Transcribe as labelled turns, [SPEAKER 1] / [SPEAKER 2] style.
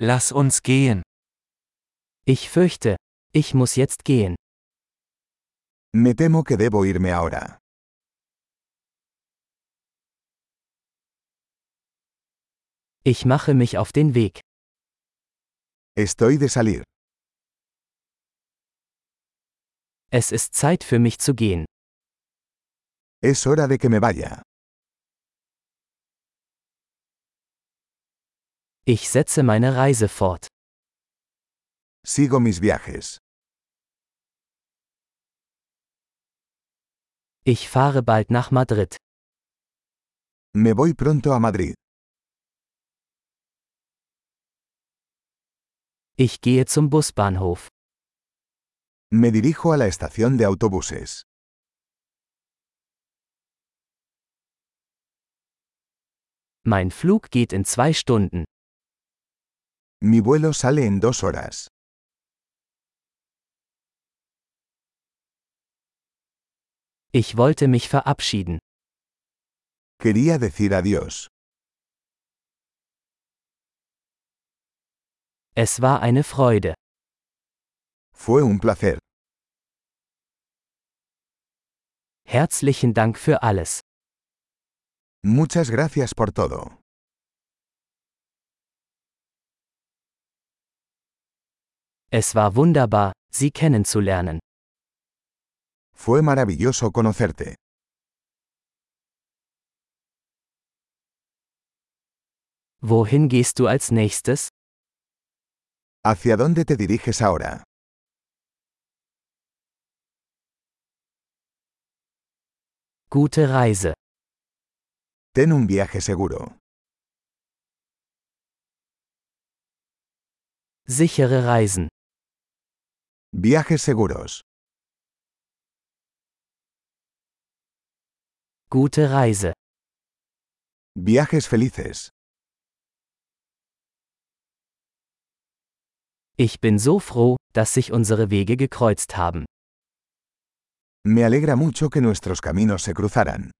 [SPEAKER 1] Lass uns gehen.
[SPEAKER 2] Ich fürchte, ich muss jetzt gehen.
[SPEAKER 3] Me temo que debo irme ahora.
[SPEAKER 2] Ich mache mich auf den Weg.
[SPEAKER 3] Estoy de salir.
[SPEAKER 2] Es ist Zeit für mich zu gehen.
[SPEAKER 3] Es hora de que me vaya.
[SPEAKER 2] Ich setze meine Reise fort.
[SPEAKER 3] Sigo mis viajes.
[SPEAKER 2] Ich fahre bald nach Madrid.
[SPEAKER 3] Me voy pronto a Madrid.
[SPEAKER 2] Ich gehe zum Busbahnhof.
[SPEAKER 3] Me dirijo a la estación de autobuses.
[SPEAKER 2] Mein Flug geht in zwei Stunden.
[SPEAKER 3] Mi vuelo sale en dos horas.
[SPEAKER 2] Ich wollte mich verabschieden.
[SPEAKER 3] Quería decir adiós.
[SPEAKER 2] Es war eine Freude.
[SPEAKER 3] Fue un placer.
[SPEAKER 2] Herzlichen Dank für alles.
[SPEAKER 3] Muchas gracias por todo.
[SPEAKER 2] Es war wunderbar, Sie kennenzulernen.
[SPEAKER 3] Fue maravilloso conocerte.
[SPEAKER 2] Wohin gehst du als nächstes?
[SPEAKER 3] ¿Hacia dónde te diriges ahora?
[SPEAKER 2] Gute Reise.
[SPEAKER 3] Ten un viaje seguro.
[SPEAKER 2] Sichere Reisen.
[SPEAKER 3] Viajes seguros.
[SPEAKER 2] Gute Reise.
[SPEAKER 3] Viajes felices.
[SPEAKER 2] Ich bin so froh, dass sich unsere Wege gekreuzt haben.
[SPEAKER 3] Me alegra mucho que nuestros caminos se cruzaran.